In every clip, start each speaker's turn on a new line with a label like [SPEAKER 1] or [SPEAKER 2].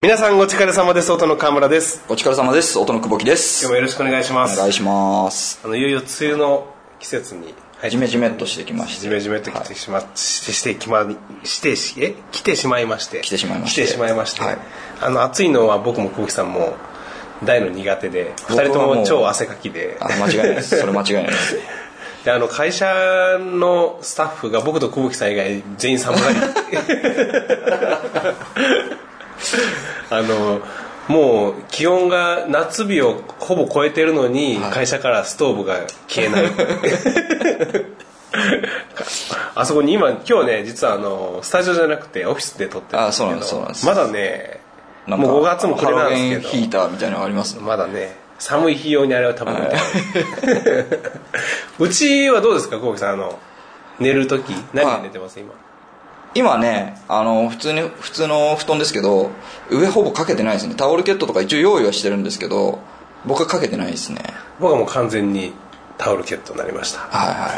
[SPEAKER 1] 皆さんお疲れ様です音の河村です
[SPEAKER 2] お疲れ様です。音の久保木です。
[SPEAKER 1] 今日もよろしくお願いしま
[SPEAKER 2] お
[SPEAKER 1] す
[SPEAKER 2] 願いします。
[SPEAKER 1] あのいよいよ梅雨の季節に入
[SPEAKER 2] じ
[SPEAKER 1] って
[SPEAKER 2] めじめっとしてきまして。
[SPEAKER 1] じめじめと来てしま、してしてきましてしえ来てしまいまして
[SPEAKER 2] 来てしまいまして
[SPEAKER 1] 来てしまいまして
[SPEAKER 2] はい
[SPEAKER 1] あの暑いのは僕も久保木さんも大の苦手で
[SPEAKER 2] 僕は
[SPEAKER 1] 二人と
[SPEAKER 2] も
[SPEAKER 1] も
[SPEAKER 2] う
[SPEAKER 1] 超汗かきで
[SPEAKER 2] あ、間違いない です。それ間違いないです。
[SPEAKER 1] であの会社のスタッフが僕と久保木さん以外全員寒がり あのもう気温が夏日をほぼ超えてるのに会社からストーブが消えない あそこに今今日ね実はあのスタジオじゃなくてオフィスで撮ってる
[SPEAKER 2] あそうなんですそうなんです
[SPEAKER 1] まだね
[SPEAKER 2] なんか
[SPEAKER 1] もう5月もこれなんですけど
[SPEAKER 2] ハロゲンヒーターみたいなのありますね。
[SPEAKER 1] まだね寒い日用にあれは多分みたいな うちはどうですかコウキさんあの寝る時何で寝てます今
[SPEAKER 2] 今ね、あの、普通に、普通の布団ですけど、上ほぼかけてないですね。タオルケットとか一応用意はしてるんですけど、僕はかけてないですね。
[SPEAKER 1] 僕はもう完全にタオルケットになりました
[SPEAKER 2] はいは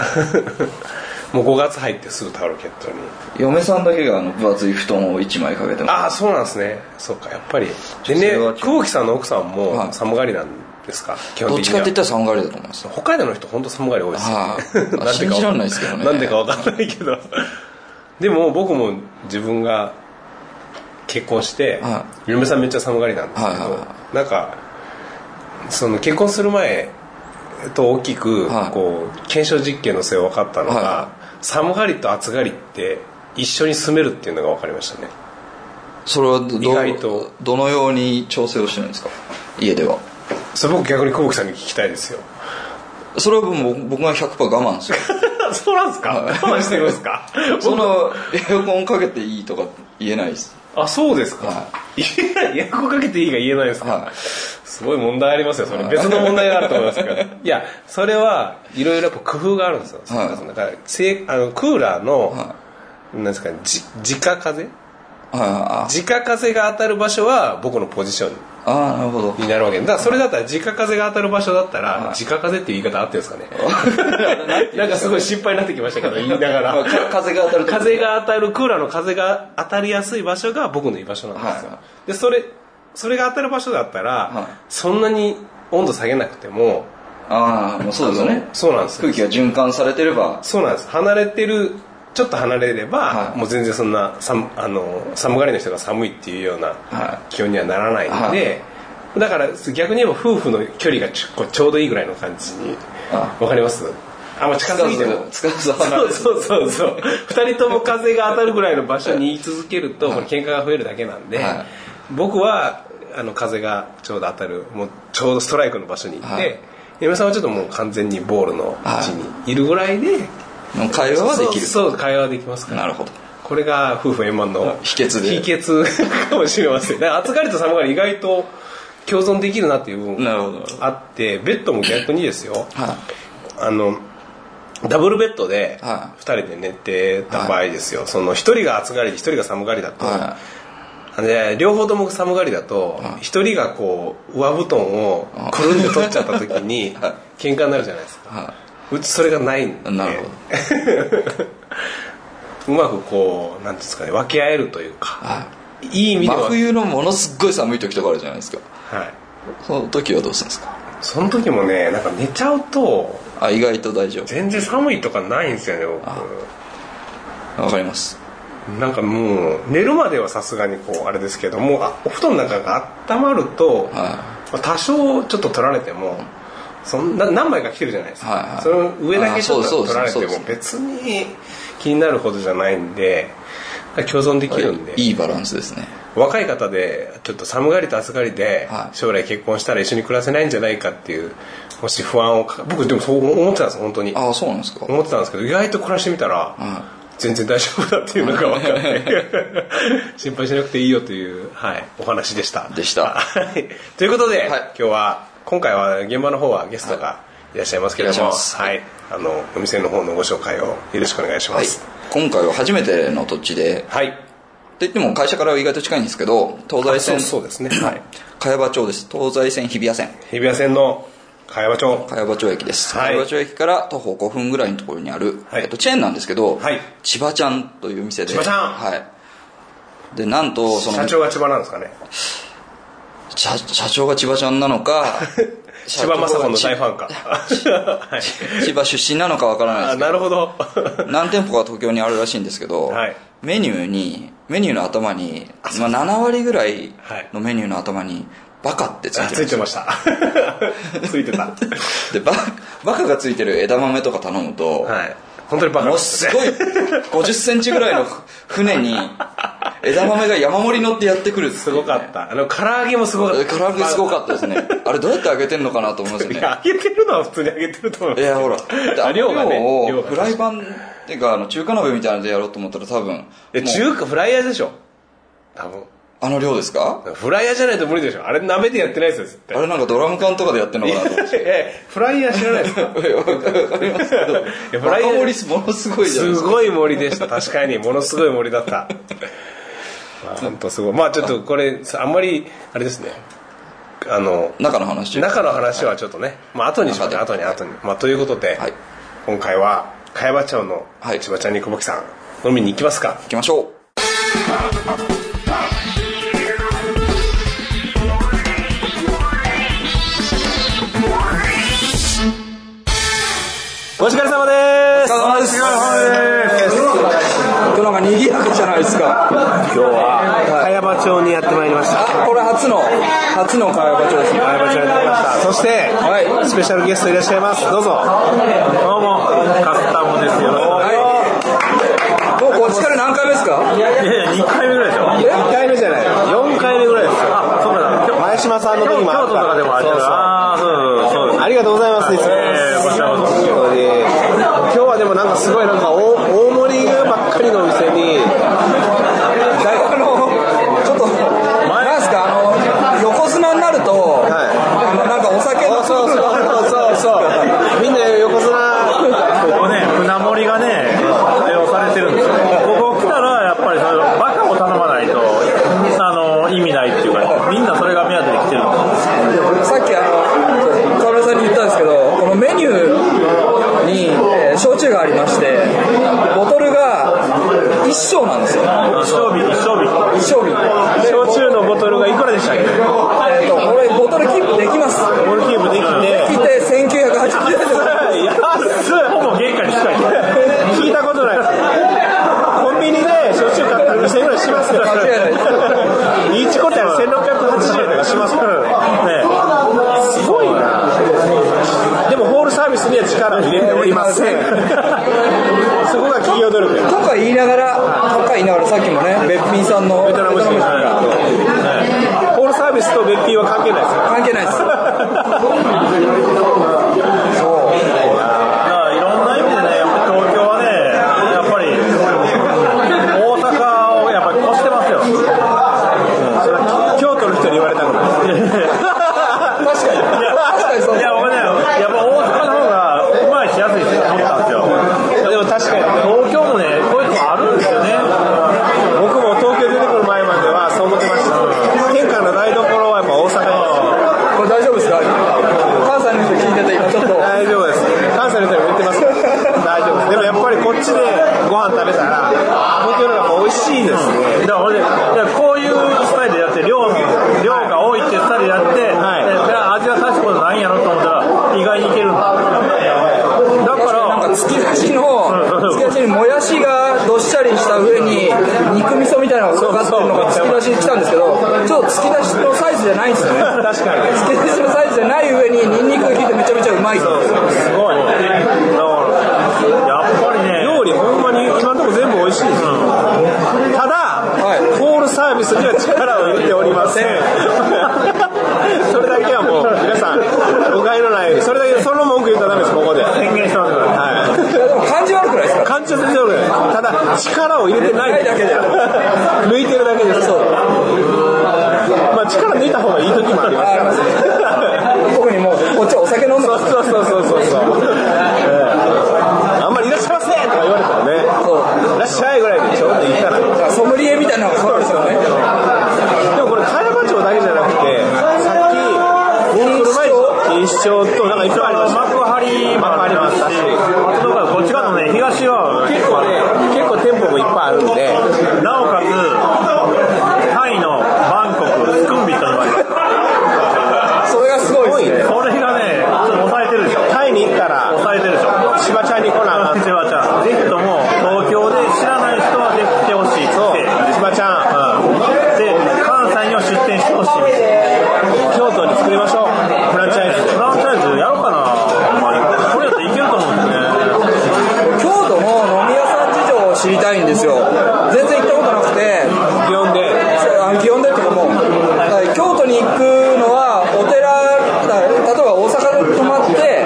[SPEAKER 1] もう5月入ってすぐタオルケットに
[SPEAKER 2] い。嫁さんだけがあの、分厚い布団を一枚かけてます。
[SPEAKER 1] ああそうなんですねそうかやっぱりで
[SPEAKER 2] それ
[SPEAKER 1] ね
[SPEAKER 2] は違う
[SPEAKER 1] 久保木さんの奥さん
[SPEAKER 2] は
[SPEAKER 1] も
[SPEAKER 2] い
[SPEAKER 1] 寒がりなんですか基
[SPEAKER 2] ど
[SPEAKER 1] 本
[SPEAKER 2] っ
[SPEAKER 1] 的
[SPEAKER 2] ち
[SPEAKER 1] に
[SPEAKER 2] かっ
[SPEAKER 1] は
[SPEAKER 2] て言ったら寒がりだと思い ます。
[SPEAKER 1] 北海道の人本当寒がり多いですよね、
[SPEAKER 2] はいあ
[SPEAKER 1] なんでか
[SPEAKER 2] 信じらんないですけどね
[SPEAKER 1] なんでかわかんないけどでも僕も自分が結婚して、
[SPEAKER 2] は
[SPEAKER 1] 嫁さんめっちゃ寒がりなんですけど、
[SPEAKER 2] はいはいは
[SPEAKER 1] なんかその結婚する前と大きく、
[SPEAKER 2] はい
[SPEAKER 1] こう検証実験の末分かったのが、
[SPEAKER 2] は
[SPEAKER 1] 寒がりと暑がりって一緒に住めるっていうのが分かりましたね
[SPEAKER 2] それはど、
[SPEAKER 1] 意外と
[SPEAKER 2] どのように調整をしてるんですか家では。
[SPEAKER 1] それ僕逆に久保木さんに聞きたいですよ
[SPEAKER 2] それはもう僕が100%我慢する。
[SPEAKER 1] そうなんですか我慢してるんですか
[SPEAKER 2] そのエアコンかけていいとか言えないです
[SPEAKER 1] あそうですか、、
[SPEAKER 2] はい
[SPEAKER 1] やエアコンかけていいが言えないですか、
[SPEAKER 2] はい
[SPEAKER 1] すごい問題ありますよそれ別の問題があると思いますけどいやそれはいろいろやっぱ工夫があるんですよ、
[SPEAKER 2] はい
[SPEAKER 1] だからせいあのクーラーの、
[SPEAKER 2] は
[SPEAKER 1] なんですかじ直風
[SPEAKER 2] あ
[SPEAKER 1] 直風が当たる場所は僕のポジション
[SPEAKER 2] あああなるほど
[SPEAKER 1] になるわけでだからそれだったら直風が当たる場所だったら、
[SPEAKER 2] はい
[SPEAKER 1] 直風っていう言い方あってるんですか ね なんかすごい心配になってきましたけど言いながら
[SPEAKER 2] まあか風が当たるとこ
[SPEAKER 1] 風が当たるクーラーの風が当たりやすい場所が僕の居場所なんですよ、
[SPEAKER 2] はい
[SPEAKER 1] でそれそれが当たる場所だったら、
[SPEAKER 2] はい
[SPEAKER 1] そんなに温度下げなくても
[SPEAKER 2] ああもうそうですよね
[SPEAKER 1] そうなんですよ
[SPEAKER 2] 空気が循環されてれば
[SPEAKER 1] そうなんです離れてるちょっと離れれば、
[SPEAKER 2] はい
[SPEAKER 1] もう全然そんな寒あの寒がりの人が寒いっていうような
[SPEAKER 2] は
[SPEAKER 1] 気温にはならないんで、だから逆に言えば夫婦の距離がちょこうちょうどいいぐらいの感じに
[SPEAKER 2] あ
[SPEAKER 1] わかりますあんま近すぎても
[SPEAKER 2] 使うぞ
[SPEAKER 1] そうそうそうそう2人とも風が当たるぐらいの場所に居続けると、これ喧嘩が増えるだけなんで、
[SPEAKER 2] はい
[SPEAKER 1] 僕はあの風がちょうど当たるもうちょうどストライクの場所に行って、
[SPEAKER 2] はい
[SPEAKER 1] 嫁さんはちょっともう完全にボールの位置にいるぐらいで、
[SPEAKER 2] の会話はできる
[SPEAKER 1] そうそう会話はできますから
[SPEAKER 2] なるほど
[SPEAKER 1] これが夫婦円満の
[SPEAKER 2] 秘訣で
[SPEAKER 1] 秘訣かもしれませんだ から暑がりと寒がり意外と共存できるなっていう部分
[SPEAKER 2] なる
[SPEAKER 1] が
[SPEAKER 2] ほど
[SPEAKER 1] あってベッドも逆にですよ
[SPEAKER 2] は
[SPEAKER 1] あのダブルベッドで
[SPEAKER 2] は
[SPEAKER 1] 2人で寝てた場合ですよ、その1人が暑がりで1人が寒がりだ
[SPEAKER 2] い
[SPEAKER 1] と、
[SPEAKER 2] は
[SPEAKER 1] で両方とも寒がりだと一人がこう上布団をくるんで取っちゃった時に
[SPEAKER 2] はい
[SPEAKER 1] 喧嘩になるじゃないです
[SPEAKER 2] い
[SPEAKER 1] か
[SPEAKER 2] は
[SPEAKER 1] うちそれがないんで
[SPEAKER 2] なる
[SPEAKER 1] うまくこうなんていうんですかね分け合えるという
[SPEAKER 2] い
[SPEAKER 1] か
[SPEAKER 2] はい
[SPEAKER 1] い意味では
[SPEAKER 2] 真冬のものすっごい寒い時とかあるじゃないですか
[SPEAKER 1] はい
[SPEAKER 2] その時はどうするんですか
[SPEAKER 1] その時もねなんか寝ちゃうと
[SPEAKER 2] あ意外と大丈
[SPEAKER 1] 全然寒いとかないんですよね僕
[SPEAKER 2] 夫わかります
[SPEAKER 1] なんかもう寝るまではさすがにこうあれですけどもうあお布団の中が温まると、
[SPEAKER 2] は
[SPEAKER 1] まあ多少ちょっと取られてもそんな何枚か来てるじゃないですか、
[SPEAKER 2] はいはい
[SPEAKER 1] その上だけちょっ
[SPEAKER 2] あそ
[SPEAKER 1] と
[SPEAKER 2] う
[SPEAKER 1] 取られて
[SPEAKER 2] そうです
[SPEAKER 1] も
[SPEAKER 2] そう
[SPEAKER 1] 別に気になるほどじゃないんでだから共存できるんで
[SPEAKER 2] いいいバランスですね
[SPEAKER 1] 若い方でちょっと寒がりと暑がりで
[SPEAKER 2] はい
[SPEAKER 1] 将来結婚したら一緒に暮らせないんじゃないかっていうもし不安をか僕でもそう思ってたんです本当に
[SPEAKER 2] ああそうなんですか
[SPEAKER 1] 思ってたんですけど意外と暮らしてみたら、
[SPEAKER 2] は
[SPEAKER 1] 全然大丈夫だっていうのが分かって心配しなくていいよという、はい、お話でした
[SPEAKER 2] でした
[SPEAKER 1] はいということで、
[SPEAKER 2] はい
[SPEAKER 1] 今日は今回は現場の方はゲストがいらっしゃいますけれども、
[SPEAKER 2] い
[SPEAKER 1] は
[SPEAKER 2] ら
[SPEAKER 1] い
[SPEAKER 2] っし
[SPEAKER 1] あのお店の方のご紹介をよろしくお願いしま
[SPEAKER 2] はい
[SPEAKER 1] す
[SPEAKER 2] 今回は初めての土地で
[SPEAKER 1] はい、
[SPEAKER 2] って言っても会社からは意外と近いんですけど東西
[SPEAKER 1] そう
[SPEAKER 2] 線
[SPEAKER 1] そうですね、はい、
[SPEAKER 2] 茅場町です東西線日比谷線
[SPEAKER 1] 日比谷線の茅場町
[SPEAKER 2] 茅場町駅です、
[SPEAKER 1] はい
[SPEAKER 2] 茅場町駅から徒歩5分ぐらいのところにある、
[SPEAKER 1] はい
[SPEAKER 2] えっと、チェーンなんですけど、
[SPEAKER 1] はい
[SPEAKER 2] 千葉ちゃんという店で
[SPEAKER 1] 千葉ちゃん
[SPEAKER 2] はい
[SPEAKER 3] でなんとその
[SPEAKER 1] 社長が千葉なんですかね
[SPEAKER 3] 社社長が千葉ちゃんなのか
[SPEAKER 1] 千葉雅子の大フ
[SPEAKER 3] ン
[SPEAKER 1] ァンか はい
[SPEAKER 3] 千葉出身なのかわからないです
[SPEAKER 1] あ
[SPEAKER 3] けど
[SPEAKER 1] なるほど
[SPEAKER 3] 何店舗か東京にあるらしいんですけど、
[SPEAKER 1] はい
[SPEAKER 3] メニューにメニューの頭に、まあ、7割ぐらいのメニューの頭に「バカ」ってつい
[SPEAKER 1] あ
[SPEAKER 3] て
[SPEAKER 1] つ
[SPEAKER 3] る
[SPEAKER 1] いてました ついてた
[SPEAKER 3] でババカがついてる枝豆とか頼むと、
[SPEAKER 1] はい本当にバカ
[SPEAKER 3] も
[SPEAKER 1] で
[SPEAKER 3] う
[SPEAKER 1] す
[SPEAKER 3] す
[SPEAKER 1] ね
[SPEAKER 3] ごい5 0ンチぐらいの船に枝豆が山盛り乗ってやってくるっていうね
[SPEAKER 1] すごかったあの唐揚げもすごかった
[SPEAKER 3] 唐揚げすごかったですねあれどうやって揚げてんのかなと思いますよ
[SPEAKER 1] い
[SPEAKER 3] ね
[SPEAKER 1] や揚げてるのは普通に揚げてると思う
[SPEAKER 3] いやほらであの
[SPEAKER 1] 量がね
[SPEAKER 3] 量
[SPEAKER 1] 量
[SPEAKER 3] を
[SPEAKER 1] が
[SPEAKER 3] フライパンっていうかあの中華鍋みたいなのでやろうと思ったら多分も
[SPEAKER 1] え
[SPEAKER 3] う
[SPEAKER 1] 中華フライヤーでしょ多分
[SPEAKER 3] あの量ですか
[SPEAKER 1] フライヤーじゃないと無理でしょあれ鍋でやってないですよ絶対
[SPEAKER 3] あれなんかドラム缶とかでやってんのかなと思って
[SPEAKER 1] えフライヤー知らないで すか
[SPEAKER 3] わかりますけど
[SPEAKER 1] やフライヤー
[SPEAKER 3] バカ盛りすものすごいじゃな
[SPEAKER 1] す
[SPEAKER 3] いですか
[SPEAKER 1] ごい森でした確かにものすごい森だったまあ本当すごいまあちょっとこれあんまりあれですねあの
[SPEAKER 3] 中の話
[SPEAKER 1] 中の話はちょっとね、まあ後にしましょう後
[SPEAKER 3] 中
[SPEAKER 1] に後に、まあ、ということで、
[SPEAKER 3] はい
[SPEAKER 1] 今回は茅場町の
[SPEAKER 3] はい
[SPEAKER 1] 千葉ちゃんに小牧さん飲みに行きますか
[SPEAKER 3] 行きましょう
[SPEAKER 1] お疲れ様です
[SPEAKER 3] お疲れ様ですなんか賑やかじゃないですか
[SPEAKER 1] 今日は茅場町にやってまいりました
[SPEAKER 3] あこれ初の初の会話帳ですね
[SPEAKER 1] 茅場町にやってまいりましたそして、
[SPEAKER 3] はい
[SPEAKER 1] スペシャルゲストいらっしゃいますどうぞどうもカスタムですよ
[SPEAKER 3] はいもうこっちから何回目ですか
[SPEAKER 4] いやいや、2回目ぐらいでしょ。
[SPEAKER 1] 1回目じゃない4回目ぐらいですよ
[SPEAKER 4] あ、そうなんだ。今日
[SPEAKER 1] 前島さんの時もあ
[SPEAKER 4] 京
[SPEAKER 1] っ
[SPEAKER 4] 都
[SPEAKER 1] た
[SPEAKER 4] とかでもあれだ
[SPEAKER 1] そうそう
[SPEAKER 4] な。あーそうそうそう。
[SPEAKER 1] ありがとうございますいつも
[SPEAKER 4] ええこちらこそ
[SPEAKER 1] 本当に今日はでもなんかすごいなんか大大盛りばっかりのお店に
[SPEAKER 3] だいぶあのちょっとなんですかあの横綱になると、あのなんかお酒の
[SPEAKER 1] そうそうそうそうみんな横綱
[SPEAKER 4] ここね、船盛りがね、対応されてるんですよ。ここ来たら、やっぱりそのバカを頼まないと、あの、意味ないっていうか、みんなそれが目当てで来てるんですよ。
[SPEAKER 3] さっきあの河村さんに言ったんですけどこのメニューに、えー焼酎がありましてボトルが一升なんですよ
[SPEAKER 4] 一生日、一生日。
[SPEAKER 3] 一升瓶で
[SPEAKER 4] 焼酎のボトルがいくらでしたっけ
[SPEAKER 3] えーとこれボトルキープできます
[SPEAKER 4] ボルキープできて、
[SPEAKER 3] 聞いて1980円です
[SPEAKER 4] 安いほぼ原価に近い。
[SPEAKER 1] 聞いたことないコンビニで焼酎買ったら2000円ぐらいしますよ
[SPEAKER 3] 間違いないです
[SPEAKER 1] 1個店1680円とかしますねすごいなでもホールサービスには力を入れておりませんそこが企業努力です
[SPEAKER 3] とか言いながらとか言いながらさっきもねべっぴんさんの
[SPEAKER 1] ベトナム人
[SPEAKER 3] ベトナム人が
[SPEAKER 1] ホールサービスと別品は関係ないですよ
[SPEAKER 3] 関係ないです
[SPEAKER 4] だからいろんな意味でね、やっぱ東京はね、やっぱり大阪をやっぱり越してますよ。
[SPEAKER 1] 京都の人に言われたくない
[SPEAKER 3] 確かに確かにそう
[SPEAKER 4] いや、俺ね、やっぱ大阪の方がうまいし安いし思ったんですよ。
[SPEAKER 1] でも確かにね
[SPEAKER 4] 東京もね、こういうとこあるんですよね。
[SPEAKER 1] 僕も東京出てくる前まではそう思ってました天下の台所はやっぱ大阪です
[SPEAKER 3] これ大丈夫ですか関西の人聞いてて今ちょっと
[SPEAKER 1] 大丈夫です関西の人にも言ってますけど大丈夫ですでもやっぱりこっちでご飯食べたら東京の方がやっぱ美味しいですね
[SPEAKER 4] だから俺ね、だからこういうスタイルでやって、量量が多いっていうスタイルでやって、
[SPEAKER 1] はい
[SPEAKER 4] でじゃあ味が大したことないんやろと思ったら、意外にいけるんだ。だか
[SPEAKER 3] なん
[SPEAKER 4] ら
[SPEAKER 3] か、突き出しの突き出しにもやしがどっしゃりした上に肉味噌みたいなのがかかってるのが突き出しに来たんですけどちょっと突き出しのサイズじゃないんですよね 確
[SPEAKER 1] かに
[SPEAKER 3] 突き出しのサイズじゃない上にニンニクが効いてめちゃめちゃうまい
[SPEAKER 4] すごい。だから、やっぱりね、
[SPEAKER 1] 料理ほんまに今のところ全部美味しいです、ただ、
[SPEAKER 3] い
[SPEAKER 1] ホールサービスには力を入れておりませんそれだけはもう皆さん誤解のないそれだけその文句言ったらダメですここで
[SPEAKER 4] 宣言してますから。
[SPEAKER 1] はい
[SPEAKER 3] いやでも感じ悪くないですか
[SPEAKER 1] 感じは全然悪くないただ力を入れてない
[SPEAKER 3] ないだけで
[SPEAKER 1] 抜いてるだけですまあ力抜いた方がいい時もありますからね
[SPEAKER 3] 特にもうこっちはお酒飲んで
[SPEAKER 1] そ
[SPEAKER 3] ま
[SPEAKER 1] う
[SPEAKER 3] す
[SPEAKER 1] そうそうそうそうそう、ええあんまり「いらっしゃいませ!」とか言われたらね「いらっしゃい」ぐらいでちょうどいいからで
[SPEAKER 3] ソムリエみたいなのがそうですよね
[SPEAKER 1] もこれ茅場町だけじゃなくてさっきゴール前に錦糸町となんかいっぱいありました
[SPEAKER 4] 幕張もありますし、松戸がこっち側のね、東は、
[SPEAKER 1] 結構ね結構店舗もいっぱいあるんで
[SPEAKER 4] なおかつ、
[SPEAKER 5] しいです京都に作りましょうフランチャイズで
[SPEAKER 4] フランチャイズやろうかな、ほんまに。これやったらいけると思うんでね。
[SPEAKER 3] 京都の飲み屋さん事情を知りたいんですよ全然行ったことなくて
[SPEAKER 5] 祇園で
[SPEAKER 3] あの祇園でっていうかもうはい京都に行くのはお寺だ例えば大阪で泊まって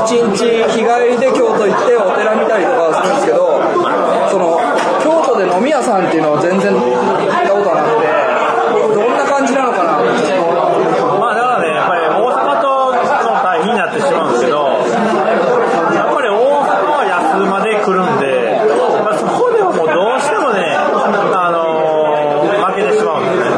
[SPEAKER 3] 1日日帰りで京都行ってお寺見たりとかはするんですけどその京都で飲み屋さんっていうのは全然行ったことがなくてどんな感じなのかな
[SPEAKER 4] まあだからね、やっぱり大阪との対比になってしまうんですけど、やっぱり大阪は安まで来るんで、まあ、そこではもうどうしてもね、あのー負けてしまうんです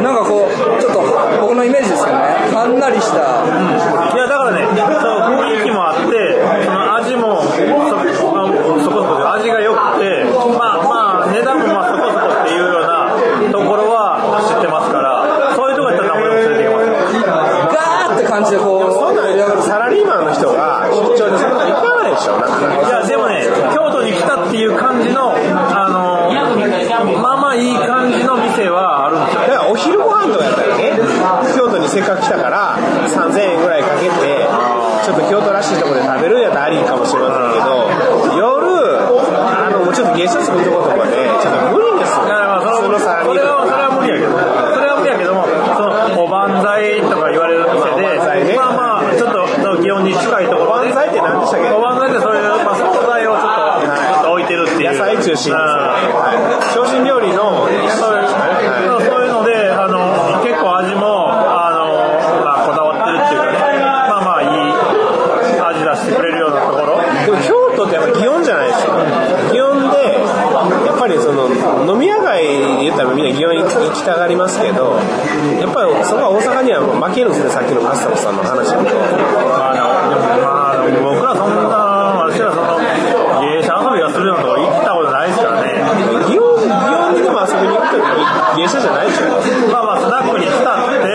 [SPEAKER 4] ね。
[SPEAKER 3] なんかこうちょっと僕のイメージですけどねはんなりした
[SPEAKER 4] いやだからね、そう雰囲気もあって、その味もそあそこそこ味が良くて、まあまあ値段もまあそこそこっていうようなところは知ってますから、そういうとこやったら俺も連れて行きますよ。
[SPEAKER 3] ガーって感じでこう
[SPEAKER 5] そんなんサラリーマンの人が出張でそんなん行かないでしょなんか
[SPEAKER 4] いやでもね、京都に来たっていう感じの、あのまあまあいい感じの店はあるんですよ。
[SPEAKER 5] だからお昼ご飯とかやったらね京都にせっかく来たから3000円ぐらいかけてちょっと京都らしいとこで食べるんやったらありかもしれませんけど夜あのもうちょっと芸者作るとことかでちょっと無理ですよ
[SPEAKER 4] いやまあそ
[SPEAKER 5] 普通
[SPEAKER 4] の
[SPEAKER 5] のサラ
[SPEAKER 4] そ
[SPEAKER 5] リー
[SPEAKER 4] れ
[SPEAKER 5] マン
[SPEAKER 4] はそれは無理やけど、それは無理やけども、そのおばんざいとか言われる店
[SPEAKER 5] まあおばんざい
[SPEAKER 4] で、
[SPEAKER 5] ね
[SPEAKER 4] まあまあ、ちょっとその祇園に近いところで、
[SPEAKER 5] おばんざいって何でしたっけ
[SPEAKER 4] おばんざいってそういう、まあ、惣菜をちょっと、ちょっと置いてるっていう。
[SPEAKER 5] 野菜中心ですね、
[SPEAKER 4] うん
[SPEAKER 5] はい精進料理の
[SPEAKER 4] そういうそういうので、あの結構味もあの、まあ、こだわってるっていうかね、まあまあいい味出してくれるようなところ。
[SPEAKER 5] でも京都ってやっぱ祇園じゃないですか祇園でやっぱりその飲み屋街で言ったらみんな祇園行きたがりますけどやっぱりそこは大阪にはもう負けるんですねさっきのカスタムさんの話だと
[SPEAKER 4] まあ、でもまあ、僕らそんな、私らその、芸者遊びがするようなとこ行ったことないですからね。
[SPEAKER 5] 祇園祇園にでも遊びに行くときに芸者じゃないでしょ
[SPEAKER 4] まあまあ、スナックに来たって、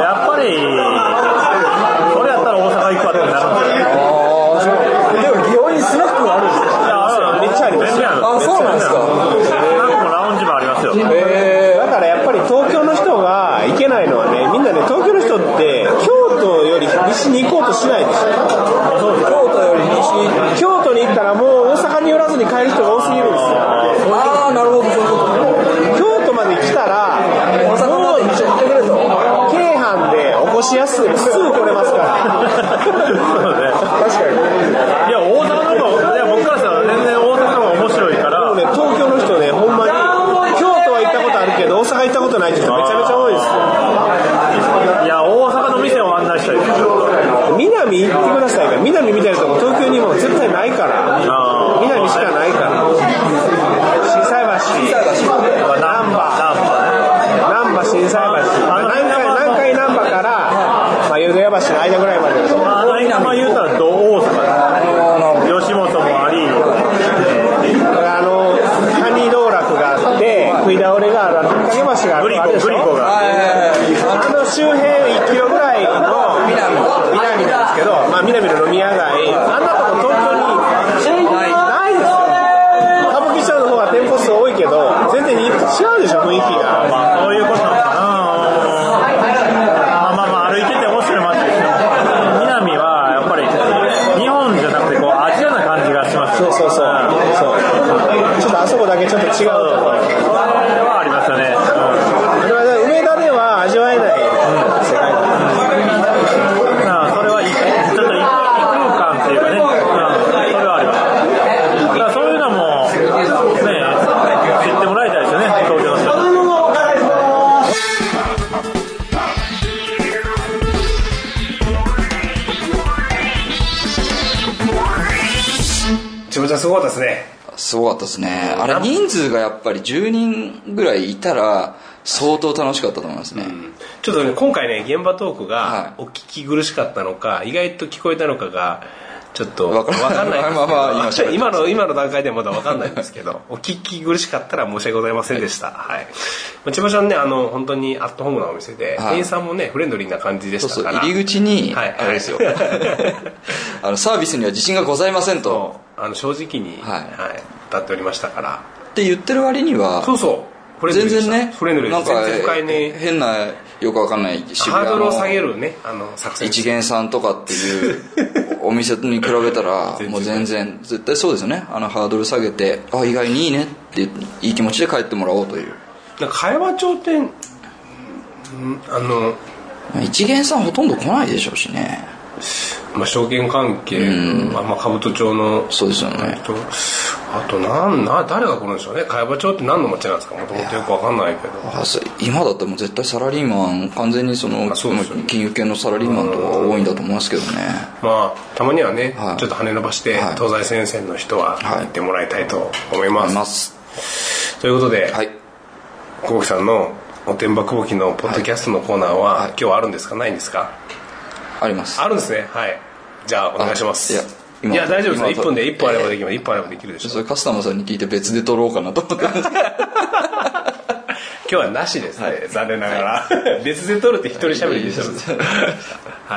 [SPEAKER 4] やっぱり、それやったら大阪行くわってなるんですよ。
[SPEAKER 3] ああ、そう。でも、祇園にスナックがあるんですよ。
[SPEAKER 4] いやある
[SPEAKER 5] めっちゃあります
[SPEAKER 4] 全然ある
[SPEAKER 3] あそうなんですか
[SPEAKER 4] スナックもラウンジもありますよ。
[SPEAKER 5] だからやっぱり東京の人が行けないのはねみんなね東京の人って京都より西に行こうとしないでしょ
[SPEAKER 3] 京都より西。
[SPEAKER 5] 京都に行ったらもう大阪に寄らずに帰る人が多すぎるんですよ
[SPEAKER 3] ああ、なるほど、そういうこと。
[SPEAKER 5] 京都まで来たら、
[SPEAKER 3] 大阪の方に一緒に行ってくれと。
[SPEAKER 5] 京阪で起こしやすい、すぐ来れますから。確か
[SPEAKER 4] い
[SPEAKER 5] に。
[SPEAKER 4] や、大阪の方が、いや、僕からしたら全然大阪の方が面白いから
[SPEAKER 5] もう、ね、東京の人ね、ほんまに、京都は行ったことあるけど、大阪行ったことないって人めちゃめちゃ多いです
[SPEAKER 4] いや、大阪の店を案内したいです
[SPEAKER 5] よ。南行ってくださいから、南みたいなとこ東京にも絶対ないから、
[SPEAKER 4] あー
[SPEAKER 5] 南しかないから。心斎橋、難波、難波心斎橋、
[SPEAKER 4] あの
[SPEAKER 5] 南海、南海難波から、まあ、淀屋橋の間ぐらいまで。
[SPEAKER 4] まあ、大阪言うたら、ど大阪
[SPEAKER 3] あの
[SPEAKER 4] です。吉本もあり、
[SPEAKER 5] あの、カニ道楽があって、食い倒れがある、あの、竹橋があ
[SPEAKER 4] グリ
[SPEAKER 5] る、
[SPEAKER 4] コ
[SPEAKER 5] あれで、し
[SPEAKER 4] グリコ
[SPEAKER 5] ょ
[SPEAKER 4] が。
[SPEAKER 3] はいはいはい
[SPEAKER 5] あの周辺1キロぐらいの
[SPEAKER 3] 南
[SPEAKER 5] 南なんですけど、まあ、南の飲み屋街、あんなとこ東京に
[SPEAKER 3] ない
[SPEAKER 5] ないですよ。歌舞伎町の方が店舗数多いけど、全然違うでしょ、雰囲気が。
[SPEAKER 4] まあ、そういうことなのかな。まあまあまあ、歩いてて面白い街ですよ。南は、やっぱり、日本じゃなくて、こう、アジアな感じがします
[SPEAKER 5] そうそうそう。そうちょっとあそこだけちょっと違うところ。
[SPEAKER 4] はありますよね。
[SPEAKER 5] 梅田では味わえない世界
[SPEAKER 4] う
[SPEAKER 5] 観
[SPEAKER 4] んまあそれは、いちょっと異空間っていうかね、うんそれはあります。だからそういうのも、ね、知ってもらいたいですよね、東京の人に。
[SPEAKER 5] めちゃめちゃすごかったですね。
[SPEAKER 2] すごかったですねあれ人数がやっぱり10人ぐらいいたら相当楽しかったと思いますね、
[SPEAKER 1] ちょっとね、今回ね、現場トークが
[SPEAKER 2] は
[SPEAKER 1] お聞き苦しかったのか、意外と聞こえたのかが、ちょっと
[SPEAKER 2] わ
[SPEAKER 1] わ
[SPEAKER 2] か
[SPEAKER 1] からんないんですけど
[SPEAKER 2] まあまあまあ今喋ってます
[SPEAKER 1] 今の、今の段階ではまだわかんないんですけど、お 聞き苦しかったら申し訳ございませんでした。はい。まあ千葉ちゃんね、あの、本当にアットホームなお店で、
[SPEAKER 2] はい
[SPEAKER 1] 店員さんもね、フレンドリーな感じで
[SPEAKER 2] そう
[SPEAKER 1] し
[SPEAKER 2] そ
[SPEAKER 1] た
[SPEAKER 2] う
[SPEAKER 1] から。
[SPEAKER 2] 入り口に、
[SPEAKER 1] はい
[SPEAKER 2] あれですよ
[SPEAKER 1] はい
[SPEAKER 2] あのサービスには自信がございませんと
[SPEAKER 1] そうあの正直に、
[SPEAKER 2] はい
[SPEAKER 1] はい、歌っておりましたから。
[SPEAKER 2] って言ってる割には
[SPEAKER 1] そうそう。フレンド
[SPEAKER 2] 全
[SPEAKER 1] リーでし
[SPEAKER 2] 然
[SPEAKER 1] た
[SPEAKER 2] ね
[SPEAKER 1] フレンドリー
[SPEAKER 2] な
[SPEAKER 1] で
[SPEAKER 2] ん
[SPEAKER 1] す全
[SPEAKER 2] か
[SPEAKER 1] 然不快に
[SPEAKER 2] 変なよくわかんない渋
[SPEAKER 1] ハー
[SPEAKER 2] 谷
[SPEAKER 1] ドル
[SPEAKER 2] の
[SPEAKER 1] を下げるねあの作戦
[SPEAKER 2] 一元さんとかって いうお店に比べたらもう全然絶対そうですよねあのハードル下げてあ意外にいいねっていい気持ちで帰ってもらおうという
[SPEAKER 1] なんか会話帳ってうんあの
[SPEAKER 2] 一元さんほとんど来ないでしょうしね
[SPEAKER 1] まあ、証券関係、まあまあ、兜町の
[SPEAKER 2] そうですよね
[SPEAKER 1] とあとなんな誰が来るんでしょうね茅場町って何の町なんですかもともとよくわかんないけど
[SPEAKER 2] あそう今だったらもう絶対サラリーマン完全にその
[SPEAKER 1] あそうですよね
[SPEAKER 2] 金融系のサラリーマンとかが多いんだと思いますけどね
[SPEAKER 1] まあたまにはね、
[SPEAKER 2] はい
[SPEAKER 1] ちょっと跳ね伸ばして、
[SPEAKER 2] はい
[SPEAKER 1] 東西戦線の人は
[SPEAKER 2] はい
[SPEAKER 1] 行ってもらいたいと思いま
[SPEAKER 2] い
[SPEAKER 1] す、
[SPEAKER 2] ます
[SPEAKER 1] ということで
[SPEAKER 2] はい
[SPEAKER 1] 久保木さんのおてんば久保木のポッドキャストのコーナーは、
[SPEAKER 2] はい
[SPEAKER 1] 今日はあるんですかないんですか
[SPEAKER 2] あります
[SPEAKER 1] あるんですねはいじゃあお願いします
[SPEAKER 2] あいや今
[SPEAKER 1] いや大丈夫です1
[SPEAKER 2] 今
[SPEAKER 1] 分で1分あればできます1分あればできるでしょ
[SPEAKER 2] それカスタマーさんに聞いて別で撮ろうかなと思ってます
[SPEAKER 1] 今日はなしですね、残念ながら、 別で撮るって一人喋りでしょはい、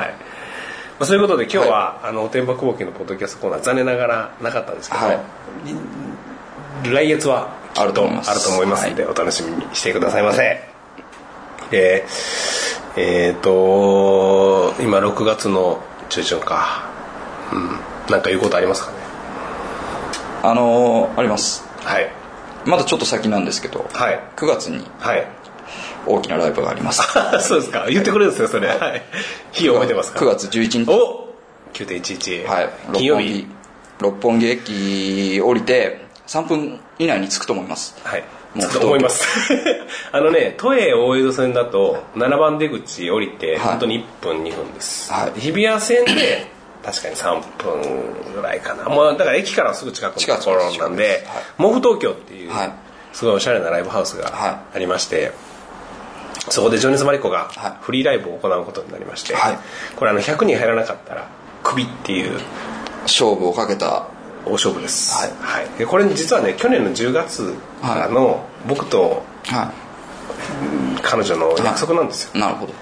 [SPEAKER 1] まあ、そういうことで今日は、あのおてんばくぼきのポッドキャストコーナー残念ながらなかったんですけど、
[SPEAKER 2] はい
[SPEAKER 1] 来月はきっ
[SPEAKER 2] あると思います
[SPEAKER 1] あると思いますので、お楽しみにしてくださいませでえっ、と今6月の中旬かうんなんか言うことありますかね
[SPEAKER 2] あのーあります
[SPEAKER 1] はい
[SPEAKER 2] まだちょっと先なんですけど
[SPEAKER 1] はい
[SPEAKER 2] 9月に
[SPEAKER 1] はい
[SPEAKER 2] 大きなライブがあります
[SPEAKER 1] そうですか言ってくれるんですよそれ、 はい、日を覚えてますか
[SPEAKER 2] 9月11日
[SPEAKER 1] お9.11、
[SPEAKER 2] はい
[SPEAKER 1] 金曜日
[SPEAKER 2] 六本木六本木駅降りて3分以内に着くと思います
[SPEAKER 1] はい
[SPEAKER 2] もう
[SPEAKER 1] ちょっと思います あのね都営大江戸線だと7番出口降りて
[SPEAKER 2] はい
[SPEAKER 1] 本当に1分2分です、
[SPEAKER 2] はい
[SPEAKER 1] 日比谷線で 確かに3分ぐらいかなもうだから駅からすぐ近くのところなんで
[SPEAKER 2] 近くです
[SPEAKER 1] 毛布東京っていう
[SPEAKER 2] はい
[SPEAKER 1] すごいおしゃれなライブハウスが
[SPEAKER 2] は
[SPEAKER 1] ありまして、そこで情熱マリコが
[SPEAKER 2] はい
[SPEAKER 1] フリーライブを行うことになりまして、
[SPEAKER 2] はい
[SPEAKER 1] これあの100人入らなかったらクビっていう
[SPEAKER 2] 勝負をかけた
[SPEAKER 1] 大勝負です、
[SPEAKER 2] はい
[SPEAKER 1] はいでこれ実はね去年の10月からの僕と
[SPEAKER 2] は
[SPEAKER 1] 彼女の約束なんですよ、
[SPEAKER 2] いなるほど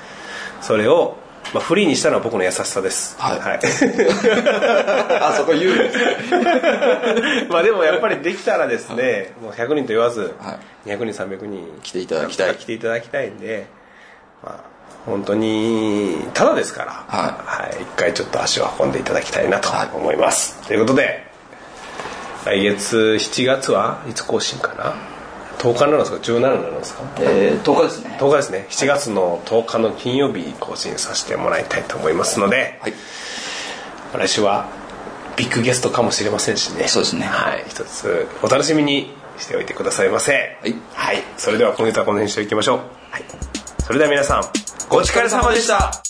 [SPEAKER 1] それを、まあ、フリーにしたのは僕の優しさです
[SPEAKER 2] はい あそこ言うんです
[SPEAKER 1] まあでもやっぱりできたらですね、もう100人と言わず、
[SPEAKER 2] は
[SPEAKER 1] 200人300人
[SPEAKER 2] 来ていただきたい
[SPEAKER 1] 来ていただきたいんでまあ本当にただですから、
[SPEAKER 2] はい
[SPEAKER 1] はい一回ちょっと足を運んでいただきたいなと
[SPEAKER 2] はい
[SPEAKER 1] 思います、ということで来月7月はいつ更新かな10日になるんですか17になるんですか
[SPEAKER 2] えー、10日ですね
[SPEAKER 1] 10日ですね7月の10日の金曜日更新させてもらいたいと思いますので、
[SPEAKER 2] はい
[SPEAKER 1] 来週はビッグゲストかもしれませんしね
[SPEAKER 2] そうですね
[SPEAKER 1] はい一つお楽しみにしておいてくださいませ
[SPEAKER 2] はい
[SPEAKER 1] はい、それでは今月はこの辺にしておきましょう、はい、それでは皆さんごちそうさまでした